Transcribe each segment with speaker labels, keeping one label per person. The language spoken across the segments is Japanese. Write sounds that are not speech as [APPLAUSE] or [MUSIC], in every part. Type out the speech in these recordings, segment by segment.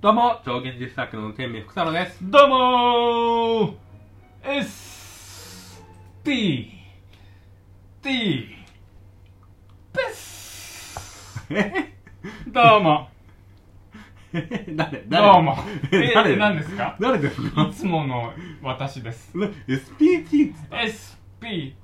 Speaker 1: どうも、超現実作の天命福太郎 [LAUGHS] です。
Speaker 2: どうもー !S! T! T! ペス
Speaker 1: え
Speaker 2: どうも
Speaker 1: 誰
Speaker 2: どうもえ、何です
Speaker 1: [LAUGHS]
Speaker 2: か
Speaker 1: 誰です [LAUGHS]
Speaker 2: いつもの私です。
Speaker 1: な ?SPT っつった
Speaker 2: SPT!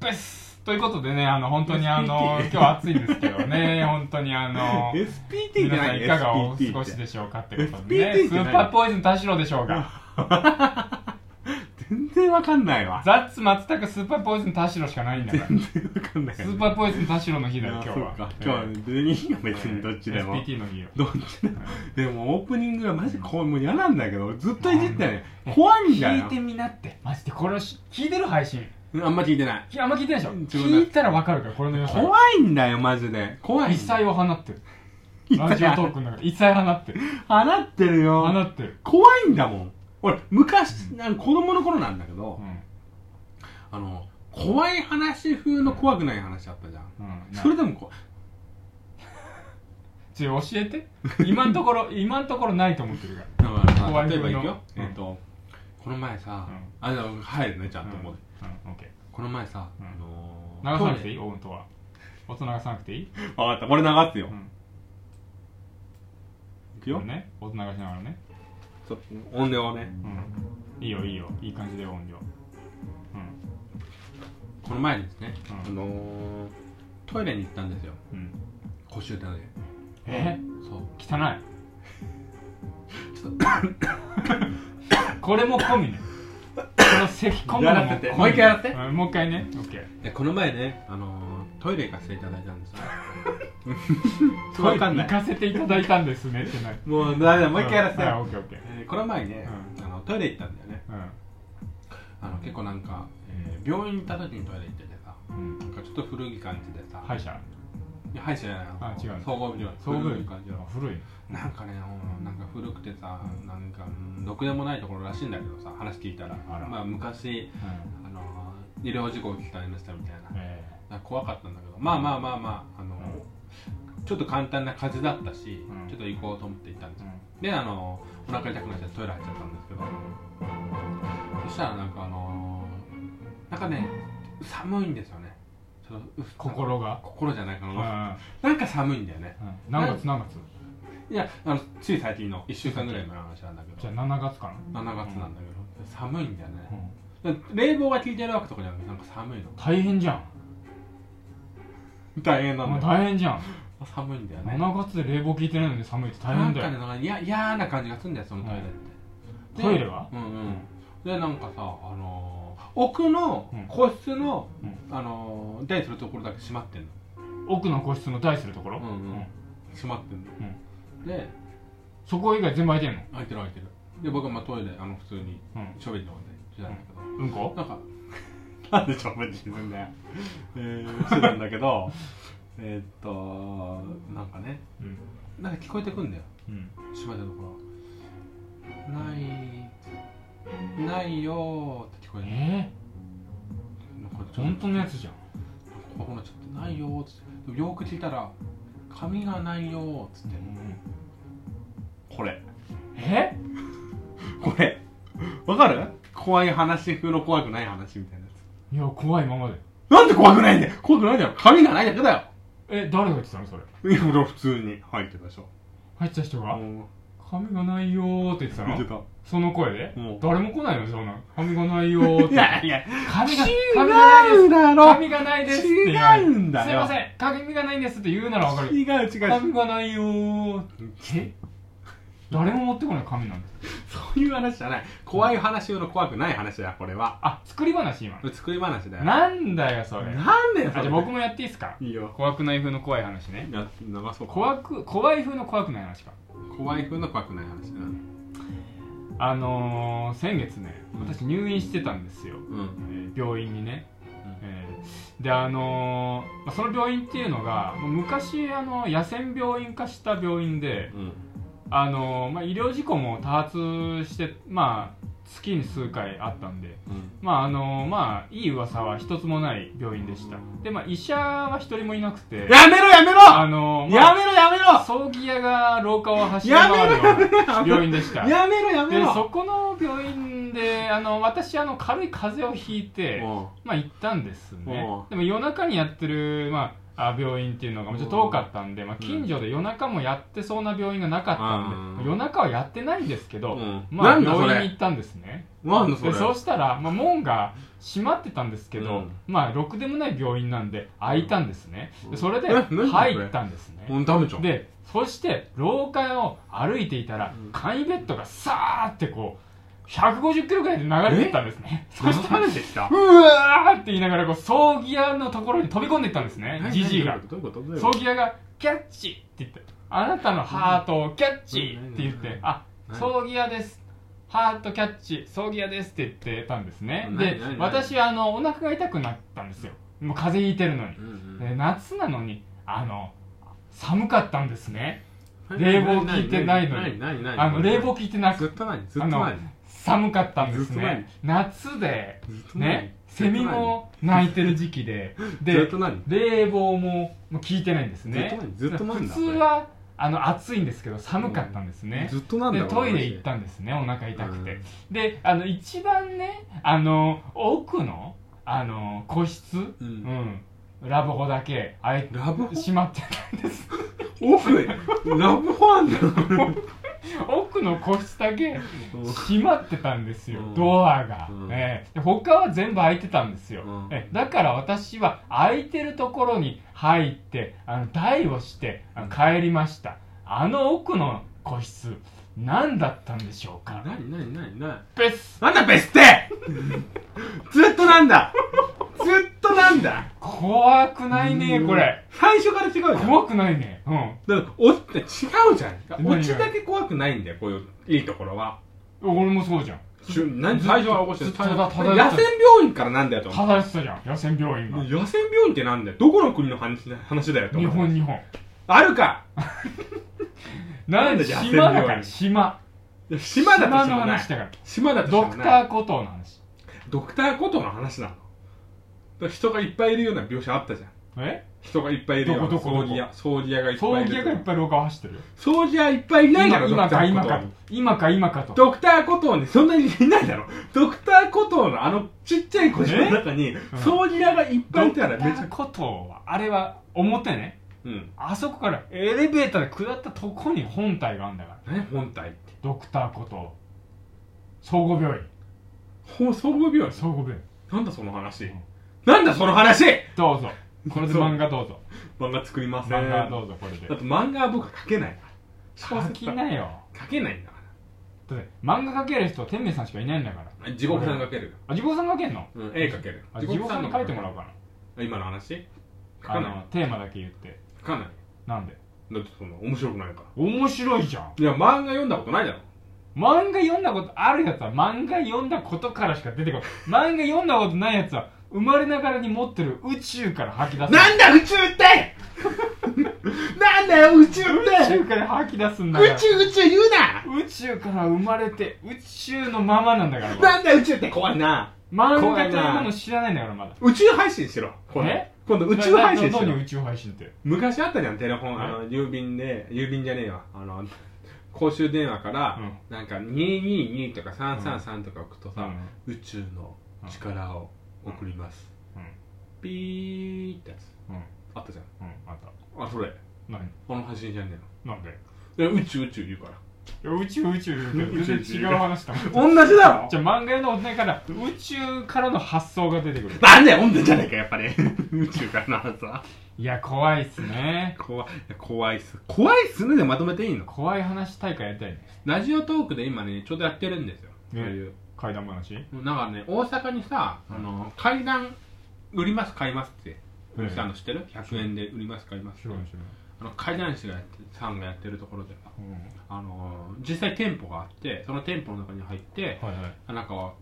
Speaker 2: ペスということでね、あの、本当にあの、今日は暑いんですけどね、本当にあの、
Speaker 1: SPT って
Speaker 2: 皆さん
Speaker 1: 何
Speaker 2: いかがお過
Speaker 1: SPT
Speaker 2: ごし
Speaker 1: って
Speaker 2: でしょうかってことでね、
Speaker 1: SPT っ
Speaker 2: ス
Speaker 1: て何
Speaker 2: ーパーポイズン田代でしょうが、 [LAUGHS]
Speaker 1: 全然わかんないわ。
Speaker 2: ザッツ松田スーパーポイズン田代しかないんだから。
Speaker 1: 全然わかんない。
Speaker 2: スーパーポイズン田代の日だよ、
Speaker 1: あ
Speaker 2: 今
Speaker 1: ー
Speaker 2: 日
Speaker 1: そ
Speaker 2: は
Speaker 1: っ。か今日は、いいよ、別にどっちでも。
Speaker 2: SPT の日よ。
Speaker 1: どっちでも。でもオープニングがマジこう、もう嫌なんだけど、ずっといじってね。怖いんだ
Speaker 2: 聞
Speaker 1: よ
Speaker 2: い。てみなって。マジで、これをし聞いてる配信。
Speaker 1: あんま聞いてない。
Speaker 2: きあんま聞いてないでしょ
Speaker 1: うん自分で
Speaker 2: 聞いたらわかるから、これの良さ。
Speaker 1: 怖いんだよ、マジで。怖いん
Speaker 2: 一切
Speaker 1: だよ。
Speaker 2: を放ってる。
Speaker 1: 一
Speaker 2: ラジオトークの中で一切放ってる。
Speaker 1: 放ってるよ。
Speaker 2: 放ってる。
Speaker 1: 怖いんだもん俺昔なんか子供の頃なんだけど
Speaker 2: う、ん。
Speaker 1: あの怖い話風の怖くない話あったじゃん、
Speaker 2: うん。
Speaker 1: それでもこ
Speaker 2: ちょ、教えて。今のとこ
Speaker 1: [LAUGHS]
Speaker 2: ろ、今のところないと思ってるか
Speaker 1: だから
Speaker 2: 怖
Speaker 1: さ例え
Speaker 2: い風の
Speaker 1: ばいくよ、
Speaker 2: うん
Speaker 1: えっ、とこの前さ、
Speaker 2: うん
Speaker 1: あでも入るねちゃ
Speaker 2: ら。
Speaker 1: んと思う、
Speaker 2: うん、オッケ
Speaker 1: この前さ、
Speaker 2: うん
Speaker 1: あの
Speaker 2: ー。流さなくて
Speaker 1: い
Speaker 2: いい音は。音流さなくていい
Speaker 1: 分かった俺流すよ、
Speaker 2: うん。
Speaker 1: いくよ、
Speaker 2: ね。音流しながらね。
Speaker 1: そ音量をね
Speaker 2: うん。いいよ、いいよ。いい感じで音量。うん。
Speaker 1: この前にですね、
Speaker 2: うん
Speaker 1: あのートイレに行ったんですよ
Speaker 2: うん。
Speaker 1: 公衆トイレ
Speaker 2: え
Speaker 1: そう
Speaker 2: 汚い。
Speaker 1: ちょっ
Speaker 2: [COUGHS] これも込みねこの咳込むの
Speaker 1: や
Speaker 2: も込み
Speaker 1: らせてもう一回やらせて
Speaker 2: うんもう一回ねオッケー
Speaker 1: とでこの前ね、あのートイレ行かせていただいたんですよ
Speaker 2: トイ
Speaker 1: わ
Speaker 2: レ
Speaker 1: かんない
Speaker 2: 行かせていただいたんですねってなる
Speaker 1: もうダメだ [LAUGHS] もう一回やらせて
Speaker 2: うんはい
Speaker 1: よ、
Speaker 2: オッケーオッケー
Speaker 1: えーこの前ね、あのトイレ行ったんだよねあの結構なんか、えー病院行った時にトイレ行っててさ
Speaker 2: うんうん
Speaker 1: なんかちょっと古い感じでさ、
Speaker 2: 歯医者
Speaker 1: いや歯医者じゃないの
Speaker 2: あ違う
Speaker 1: 総合病院
Speaker 2: 総合
Speaker 1: 古い
Speaker 2: 病
Speaker 1: 感じの
Speaker 2: 古い
Speaker 1: なんかねうんなんか古くてさなんかうんろくでもないところらしいんだけどさ話聞いたら
Speaker 2: あら
Speaker 1: まあ昔
Speaker 2: うん
Speaker 1: あのー医療事故起きたりましたみたいな
Speaker 2: え
Speaker 1: なんか怖かったんだけどまあまあまあまああのーちょっと簡単な風邪だったし、
Speaker 2: うん
Speaker 1: ちょっと行こうと思って行ったんです
Speaker 2: ー
Speaker 1: よであのーお腹痛くなっちゃってトイレ入っちゃったんですけどそしたらなんかあのー、なんかね寒いんですよねちょっとう
Speaker 2: 心が
Speaker 1: 心じゃないか
Speaker 2: う
Speaker 1: な、
Speaker 2: んうん
Speaker 1: なんか寒いんだよね
Speaker 2: 何月何月
Speaker 1: いやあのつい最近の1週間ぐらいの話なんだけ
Speaker 2: じ
Speaker 1: ど
Speaker 2: ゃあ7月かな
Speaker 1: 7月なんだけど寒いんだよ
Speaker 2: う
Speaker 1: ね
Speaker 2: ん
Speaker 1: だから冷房が効いてるわけとかじゃなくてなんか寒いの
Speaker 2: 大変じゃん
Speaker 1: 大変なん
Speaker 2: もう
Speaker 1: だよ
Speaker 2: 大変じゃん
Speaker 1: 寒いんだよね
Speaker 2: 7月で冷房効いてないのに寒いって大
Speaker 1: な
Speaker 2: 変
Speaker 1: ん
Speaker 2: だ
Speaker 1: か
Speaker 2: よ
Speaker 1: ねなんか嫌嫌な感じがするんだよそのトイレって、で
Speaker 2: トイレは
Speaker 1: うんうんでなんかさあのー奥の
Speaker 2: うん
Speaker 1: 個室の、
Speaker 2: う
Speaker 1: あのー台するところだけ閉まってんの
Speaker 2: 奥の個室の台するところ
Speaker 1: うんうん閉まってんの、で
Speaker 2: そこ以外全部開いてんの
Speaker 1: 開いてる開いてるで僕はまあトイレあの普通に
Speaker 2: うん
Speaker 1: しょべりとかでしてたんだけど、
Speaker 2: うんこ
Speaker 1: なんか [LAUGHS] なんでしょべりしてんだよえー、してたんだけど [LAUGHS] えーっとなんかね
Speaker 2: うん
Speaker 1: なんか聞こえてくんだよ
Speaker 2: うん
Speaker 1: しまったところないないよーって聞こえて
Speaker 2: え
Speaker 1: なんか
Speaker 2: ー、
Speaker 1: ちょっ
Speaker 2: 本
Speaker 1: と
Speaker 2: 当のやつじゃん
Speaker 1: ここのちょっとないよーっつってでもよく聞いたら髪がないよーっつってこれ
Speaker 2: え
Speaker 1: これわかる怖い話風の怖くない話みたいなやつ
Speaker 2: いや怖いままで
Speaker 1: なんで怖くないんだよ怖くないんだよ髪がないだけだよ
Speaker 2: え誰が言ってたのそれ
Speaker 1: いや俺は普通に入ってたでしょ
Speaker 2: 入ってた人が
Speaker 1: も
Speaker 2: 「髪がないよ」って言って
Speaker 1: う
Speaker 2: た
Speaker 1: 見て
Speaker 2: の
Speaker 1: た
Speaker 2: その声で
Speaker 1: うん
Speaker 2: 誰も来ないのそんな「髪がないよ」って
Speaker 1: いや [LAUGHS] いや
Speaker 2: 髪が髪がない
Speaker 1: 違
Speaker 2: で
Speaker 1: う
Speaker 2: す
Speaker 1: だろ
Speaker 2: 髪がないですって言われ
Speaker 1: 違
Speaker 2: る
Speaker 1: うんだよ
Speaker 2: すいません髪がないんですって言うならわかる
Speaker 1: 違う違う
Speaker 2: 髪がないよーえ誰も持ってこない髪なんです
Speaker 1: そういう話じゃない怖い話より怖くない話だよこれは
Speaker 2: あ作り話今の
Speaker 1: 作り話だよ
Speaker 2: なんだよそれあ
Speaker 1: なんでよ
Speaker 2: じゃあ僕もやっていいですか
Speaker 1: いいよ
Speaker 2: 怖くない風の怖い話ね
Speaker 1: いや流そうい
Speaker 2: 怖く怖い風の怖くない話か
Speaker 1: 怖い風の怖くない話だな
Speaker 2: あのー、先月ね私入院してたんですよ、
Speaker 1: うん
Speaker 2: えー病院にね、えーであのーまあその病院っていうのがもう昔あの野戦病院化した病院で
Speaker 1: うん
Speaker 2: あのーまあ、医療事故も多発してまあ月に数回あったんで
Speaker 1: うん
Speaker 2: まああのまあいい噂は一つもない病院でしたでまあ医者は一人もいなくて
Speaker 1: やめろやめろ
Speaker 2: あの、ま
Speaker 1: や
Speaker 2: あ
Speaker 1: めろやめろ
Speaker 2: 葬儀屋が廊下を走り回るような病院でした
Speaker 1: やめろやめ
Speaker 2: で
Speaker 1: ろ
Speaker 2: そこの病院であの私あの軽い風邪をひいてまあ行ったんですね
Speaker 1: おう
Speaker 2: でも夜中にやってる、まあ、あ病院っていうのがちょっと遠かったんで、まあ、
Speaker 1: うん
Speaker 2: 近所で夜中もやってそうな病院がなかったんで、
Speaker 1: うん
Speaker 2: 夜中はやってないんですけど、
Speaker 1: うん
Speaker 2: ま
Speaker 1: な
Speaker 2: あ
Speaker 1: んだそれ
Speaker 2: 病院に行ったんですね
Speaker 1: なんだそれ
Speaker 2: でそうしたら、まあ、門が閉まってたんですけど、
Speaker 1: うん
Speaker 2: まあろくでもない病院なんで開いたんですね
Speaker 1: うん
Speaker 2: でそれで
Speaker 1: えなんだそれ
Speaker 2: 入ったんですね、
Speaker 1: うんダメじゃん
Speaker 2: でそして廊下を歩いていたら、
Speaker 1: うん
Speaker 2: 簡易ベッドがさーってこう150キロぐらいで流れていったんですねそしたら
Speaker 1: 流れてきた
Speaker 2: うわーって言いながらこう葬儀屋のところに飛び込んでいったんですね
Speaker 1: 何
Speaker 2: じじいが
Speaker 1: どういうことどういう
Speaker 2: 葬
Speaker 1: こと
Speaker 2: 儀屋が「キャッチ!」って言って「あなたのハートをキャッチ!」って言っ
Speaker 1: うん
Speaker 2: て「あ
Speaker 1: 何
Speaker 2: 葬儀屋です」ハートキャッチ、葬儀屋ですって言ってたんですね。
Speaker 1: 何
Speaker 2: で
Speaker 1: 何、何
Speaker 2: 私、あの、お腹が痛くなったんですよ。もう風邪ひいてるのに。
Speaker 1: うんうん
Speaker 2: で夏なのにあの寒かったんですね
Speaker 1: 何
Speaker 2: 冷房効いてないのに
Speaker 1: 何何何
Speaker 2: あの冷房効いてな
Speaker 1: ずっ
Speaker 2: く
Speaker 1: と何ずっと何
Speaker 2: 寒かったんです
Speaker 1: ずっと何
Speaker 2: ね夏で
Speaker 1: ずっと何
Speaker 2: ねセミも鳴いてる時期で
Speaker 1: ずっ
Speaker 2: で
Speaker 1: と何
Speaker 2: 冷房ももう効いてないんですね
Speaker 1: ずっと何ずっと何
Speaker 2: 普
Speaker 1: だ
Speaker 2: 通はあの暑いんですけど寒かったんですね
Speaker 1: ずっとなんだ
Speaker 2: でトイレ行ったんですねお腹痛くて、であの一番ねあの奥のあの個室、
Speaker 1: うん
Speaker 2: うん、ラブホだけ開いて
Speaker 1: ラブホ
Speaker 2: しまってたんです
Speaker 1: オフ [LAUGHS] ラブホあん
Speaker 2: [LAUGHS]
Speaker 1: だ
Speaker 2: 奥の個室だけ閉まってたんですよ、
Speaker 1: うん
Speaker 2: ドアが、
Speaker 1: うん
Speaker 2: ええで他は全部開いてたんですよ、
Speaker 1: うん
Speaker 2: ええだから私は開いてるところに入ってあの台をしてあの帰りましたあの奥の個室何だったんでしょうか
Speaker 1: 何何何何
Speaker 2: ベス
Speaker 1: なんだベスってずっとなんだずっとなんだ
Speaker 2: 怖くないねこれ
Speaker 1: 最初から違うじゃんだか
Speaker 2: 怖くないねうん
Speaker 1: らおって違うじゃん
Speaker 2: 何が
Speaker 1: オチだけ怖くないんだよこういういいところは
Speaker 2: 俺もそうじゃん
Speaker 1: しゅ何最初は起こしてる
Speaker 2: ずっとただただ
Speaker 1: 野戦病院からなんだよと思
Speaker 2: た
Speaker 1: う
Speaker 2: だしてたじゃん野戦病院が
Speaker 1: 野戦病院ってなんだよどこの国の話だ話だよと
Speaker 2: 日
Speaker 1: 思う
Speaker 2: 本日本
Speaker 1: あるか
Speaker 2: な
Speaker 1: なんん
Speaker 2: で
Speaker 1: で野戦
Speaker 2: 島だか
Speaker 1: 病
Speaker 2: ら
Speaker 1: 院
Speaker 2: 島
Speaker 1: いや島だとし
Speaker 2: 島の
Speaker 1: もない
Speaker 2: 話だから
Speaker 1: 島だとし
Speaker 2: ド
Speaker 1: も
Speaker 2: クタ
Speaker 1: ない
Speaker 2: ーコトーの話
Speaker 1: ドクターことの話なのだから人がいっぱいいるような描写あったじゃん
Speaker 2: え
Speaker 1: 人がいっぱいいるような
Speaker 2: どこどこ
Speaker 1: 葬
Speaker 2: どこ
Speaker 1: 儀屋葬儀屋がいっ
Speaker 2: 葬
Speaker 1: ぱいい
Speaker 2: 儀
Speaker 1: る
Speaker 2: 屋がいっぱい廊下を走ってる
Speaker 1: 葬儀屋いっぱいいないだろ
Speaker 2: 今
Speaker 1: ドクタ
Speaker 2: か
Speaker 1: ー
Speaker 2: 今
Speaker 1: コト
Speaker 2: か
Speaker 1: ーに
Speaker 2: 今か今かと
Speaker 1: ドクターコトーにそんなにいないだろドクターコトーのあのちっちゃい子
Speaker 2: [LAUGHS]
Speaker 1: の中に
Speaker 2: ん
Speaker 1: 葬儀屋がいっぱいい
Speaker 2: ドクタ
Speaker 1: たらめちゃ
Speaker 2: ーコトーはあれは表ね
Speaker 1: うん
Speaker 2: あそこからエレベーターで下ったとこに本体があるんだから
Speaker 1: 何本体って
Speaker 2: ドクターコトー総合病院
Speaker 1: ほ総合病院
Speaker 2: 総合病院
Speaker 1: なんだその話、
Speaker 2: うん
Speaker 1: なんだその話
Speaker 2: どうぞこれで
Speaker 1: そう
Speaker 2: 漫画どうぞ
Speaker 1: 漫画作りません
Speaker 2: 漫画どうぞこれで
Speaker 1: だって漫画は僕は描けないから小
Speaker 2: 書
Speaker 1: 説
Speaker 2: き
Speaker 1: は
Speaker 2: なよ
Speaker 1: 描けないんだか
Speaker 2: だって漫画描ける人は天明さんしかいないんだから
Speaker 1: ら地獄さん描けるよ
Speaker 2: あ地獄さん描けんの
Speaker 1: うん絵描ける
Speaker 2: あ地獄さんに描いてもらおうかな
Speaker 1: 今の話描
Speaker 2: あ
Speaker 1: かない
Speaker 2: のテーマだけ言って
Speaker 1: 描かない
Speaker 2: なんで
Speaker 1: だってそんな面白くないか
Speaker 2: 面白いじゃん
Speaker 1: らいや漫画読んだことないだろ
Speaker 2: 漫画読んだことあるやつは漫画読んだことからしか出てこない漫画読んだことないやつは生まれながらに持ってる宇宙から吐き出す
Speaker 1: なんだ宇宙ってなんだよ宇宙って
Speaker 2: 宇宙から吐き出すんだから
Speaker 1: 宇宙宇宙言うな
Speaker 2: 宇宙から生まれて宇宙のままなんだからこれ
Speaker 1: なんだよ宇宙って怖いな
Speaker 2: 漫
Speaker 1: 怖
Speaker 2: 画
Speaker 1: い
Speaker 2: と
Speaker 1: な
Speaker 2: いうもの知らないんだからまだ
Speaker 1: 宇宙配信しろ今度
Speaker 2: え
Speaker 1: 今度宇宙配信
Speaker 2: な
Speaker 1: し
Speaker 2: な
Speaker 1: ろ
Speaker 2: 何宇宙配信って
Speaker 1: 昔あったじゃんテレフォン
Speaker 2: はい
Speaker 1: あの郵便で郵便じゃねえわあの公衆電話から、なんか222とか333とか置くとさ、宇宙の力を送ります、
Speaker 2: うん
Speaker 1: ピーってやつ
Speaker 2: うんうん
Speaker 1: あったじゃ
Speaker 2: うんあった
Speaker 1: んあそれ
Speaker 2: 何
Speaker 1: あの配信じゃね
Speaker 2: なんで
Speaker 1: えのいや宇宙宇宙言うから
Speaker 2: いや宇宙宇宙言うけど全然違う話だもん
Speaker 1: [LAUGHS] 同じだろ
Speaker 2: じゃあ漫画読んだことないから宇宙からの発想が出てくる
Speaker 1: なんだよ音んじゃねえかやっぱり [LAUGHS] 宇宙からの話はい
Speaker 2: や怖いっすね
Speaker 1: 怖いいや怖いっす怖いっすねでまとめていいの
Speaker 2: 怖い話大会やりたいね
Speaker 1: ラジオトークで今ねちょうどやってるんですよ、
Speaker 2: ね
Speaker 1: そういう
Speaker 2: 怪談話
Speaker 1: なんかね大阪にさあの階段売ります買いますって売りしたの知ってる100円で売ります買います
Speaker 2: 白い白い
Speaker 1: あの階段師がやってさんがやってるところでは
Speaker 2: うん
Speaker 1: あの実際店舗があってその店舗の中に入って
Speaker 2: はいはい
Speaker 1: なんか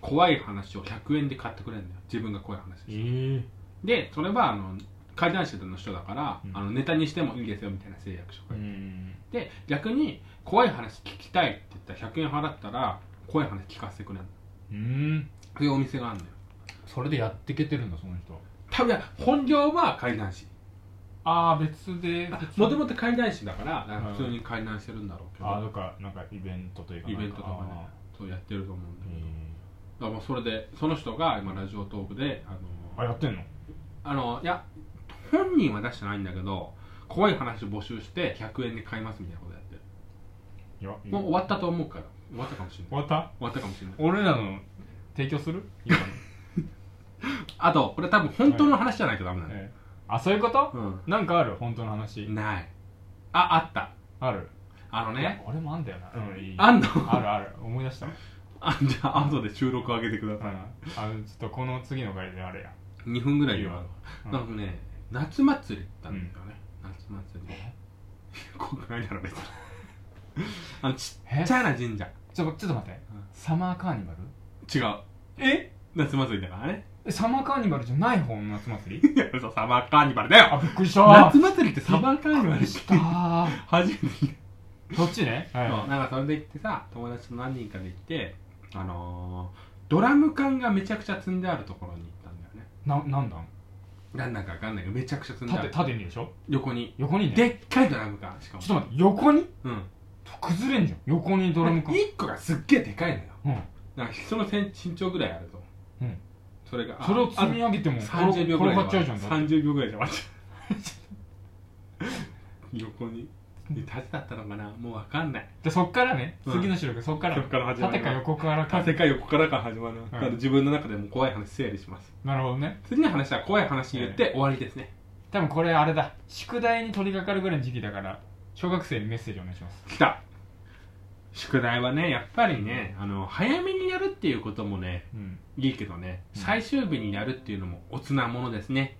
Speaker 1: 怖い話を100円で買ってくれるんだよ自分が怖い話
Speaker 2: えー
Speaker 1: でそれはあの怪談師の人だから、
Speaker 2: うん
Speaker 1: あのネタにしてもいいですよみたいな誓約書
Speaker 2: う
Speaker 1: が、
Speaker 2: ん
Speaker 1: で逆に怖い話聞きたいって言ったら100円払ったら声がね聞かせてくれるの
Speaker 2: うん
Speaker 1: そういうお店があるのよ
Speaker 2: それでやっていけてるんだその人
Speaker 1: 多分本業は怪談師
Speaker 2: ああ別で
Speaker 1: もと
Speaker 2: も
Speaker 1: もと怪談師だからなんか普通に怪談してるんだろうけど、
Speaker 2: ああどっかなんかイベントというか
Speaker 1: イベントとか
Speaker 2: なん
Speaker 1: ねそうやってると思うんだ
Speaker 2: あー
Speaker 1: けど、
Speaker 2: へ
Speaker 1: だからもうそれでその人が今ラジオトークであの
Speaker 2: ーあやってんの
Speaker 1: あのいや本人は出してないんだけど怖い話募集して100円で買いますみたいなことやってる
Speaker 2: いや
Speaker 1: もう終わったと思うから終わったかもしれない
Speaker 2: 終わった
Speaker 1: 終わったかもしれない
Speaker 2: 俺らの提供する今の
Speaker 1: あとこれ多分本当の話じゃないとダメなんだよ、
Speaker 2: ええあそういうことなんかある本当の
Speaker 1: う
Speaker 2: 話
Speaker 1: んないああった
Speaker 2: ある
Speaker 1: あのね
Speaker 2: 俺もあんだよなうんいい
Speaker 1: あんの
Speaker 2: あるある思い出したわ
Speaker 1: あじゃあ後で収録上げてくだ
Speaker 2: うん
Speaker 1: さい、
Speaker 2: あのちょっとこの次の回であれや
Speaker 1: 2分ぐらいで
Speaker 2: いいようん
Speaker 1: なんかね夏祭り行ったんだよね、夏祭り
Speaker 2: え
Speaker 1: 怖くないだろ別に [LAUGHS] あのち
Speaker 2: え
Speaker 1: っちゃな神社
Speaker 2: ちょちょっと待って
Speaker 1: うん
Speaker 2: サマーカーニバル
Speaker 1: 違う
Speaker 2: え
Speaker 1: 夏祭りだからね [LAUGHS]
Speaker 2: サマーカーニバルじゃない方の夏祭り
Speaker 1: いや嘘サマーカーニバルだよ
Speaker 2: あびっくりした
Speaker 1: 夏祭りってサマーカーニバルし
Speaker 2: したー
Speaker 1: 初めて聞い
Speaker 2: そっちね
Speaker 1: た、
Speaker 2: は
Speaker 1: なんかそれで行ってさ友達と何人かで行ってあのー、ドラム缶がめちゃくちゃ積んであるところに行ったんだよね
Speaker 2: いななんだん
Speaker 1: なんだかわかんないけどめちゃくちゃ積んであ
Speaker 2: 縦
Speaker 1: る
Speaker 2: 縦にでしょ
Speaker 1: 横に
Speaker 2: 横にね
Speaker 1: でっかいドラム缶しかも
Speaker 2: ちょっと待って横に
Speaker 1: うん
Speaker 2: 崩れんじゃん横にドラム缶
Speaker 1: 1個がすっげえでかいのよ
Speaker 2: うん
Speaker 1: なんか人のせん身長ぐらいあると
Speaker 2: うん
Speaker 1: それが
Speaker 2: それを積み
Speaker 1: あ
Speaker 2: 上げても
Speaker 1: あ30秒ぐらい
Speaker 2: 転がっちゃう
Speaker 1: で
Speaker 2: じゃんだって
Speaker 1: 30秒ぐらいで終わっちゃう [LAUGHS] 横に縦だったのかなもうわかんない
Speaker 2: でそっからね
Speaker 1: うん
Speaker 2: 次の収録そっから
Speaker 1: そっから始まる
Speaker 2: 縦か横からか
Speaker 1: 縦か横からから始まる、なので自分の中でも怖い話整理します
Speaker 2: なるほどね
Speaker 1: 次の話は怖い話言って終わりですね、
Speaker 2: 多分これあれだ宿題に取り掛かるぐらいの時期だから小学生にメッセージお願いします
Speaker 1: 来た宿題はねやっぱりねあの早めにやるっていうこともね
Speaker 2: うん
Speaker 1: いいけどね
Speaker 2: うん
Speaker 1: 最終日にやるっていうのもおつなものですね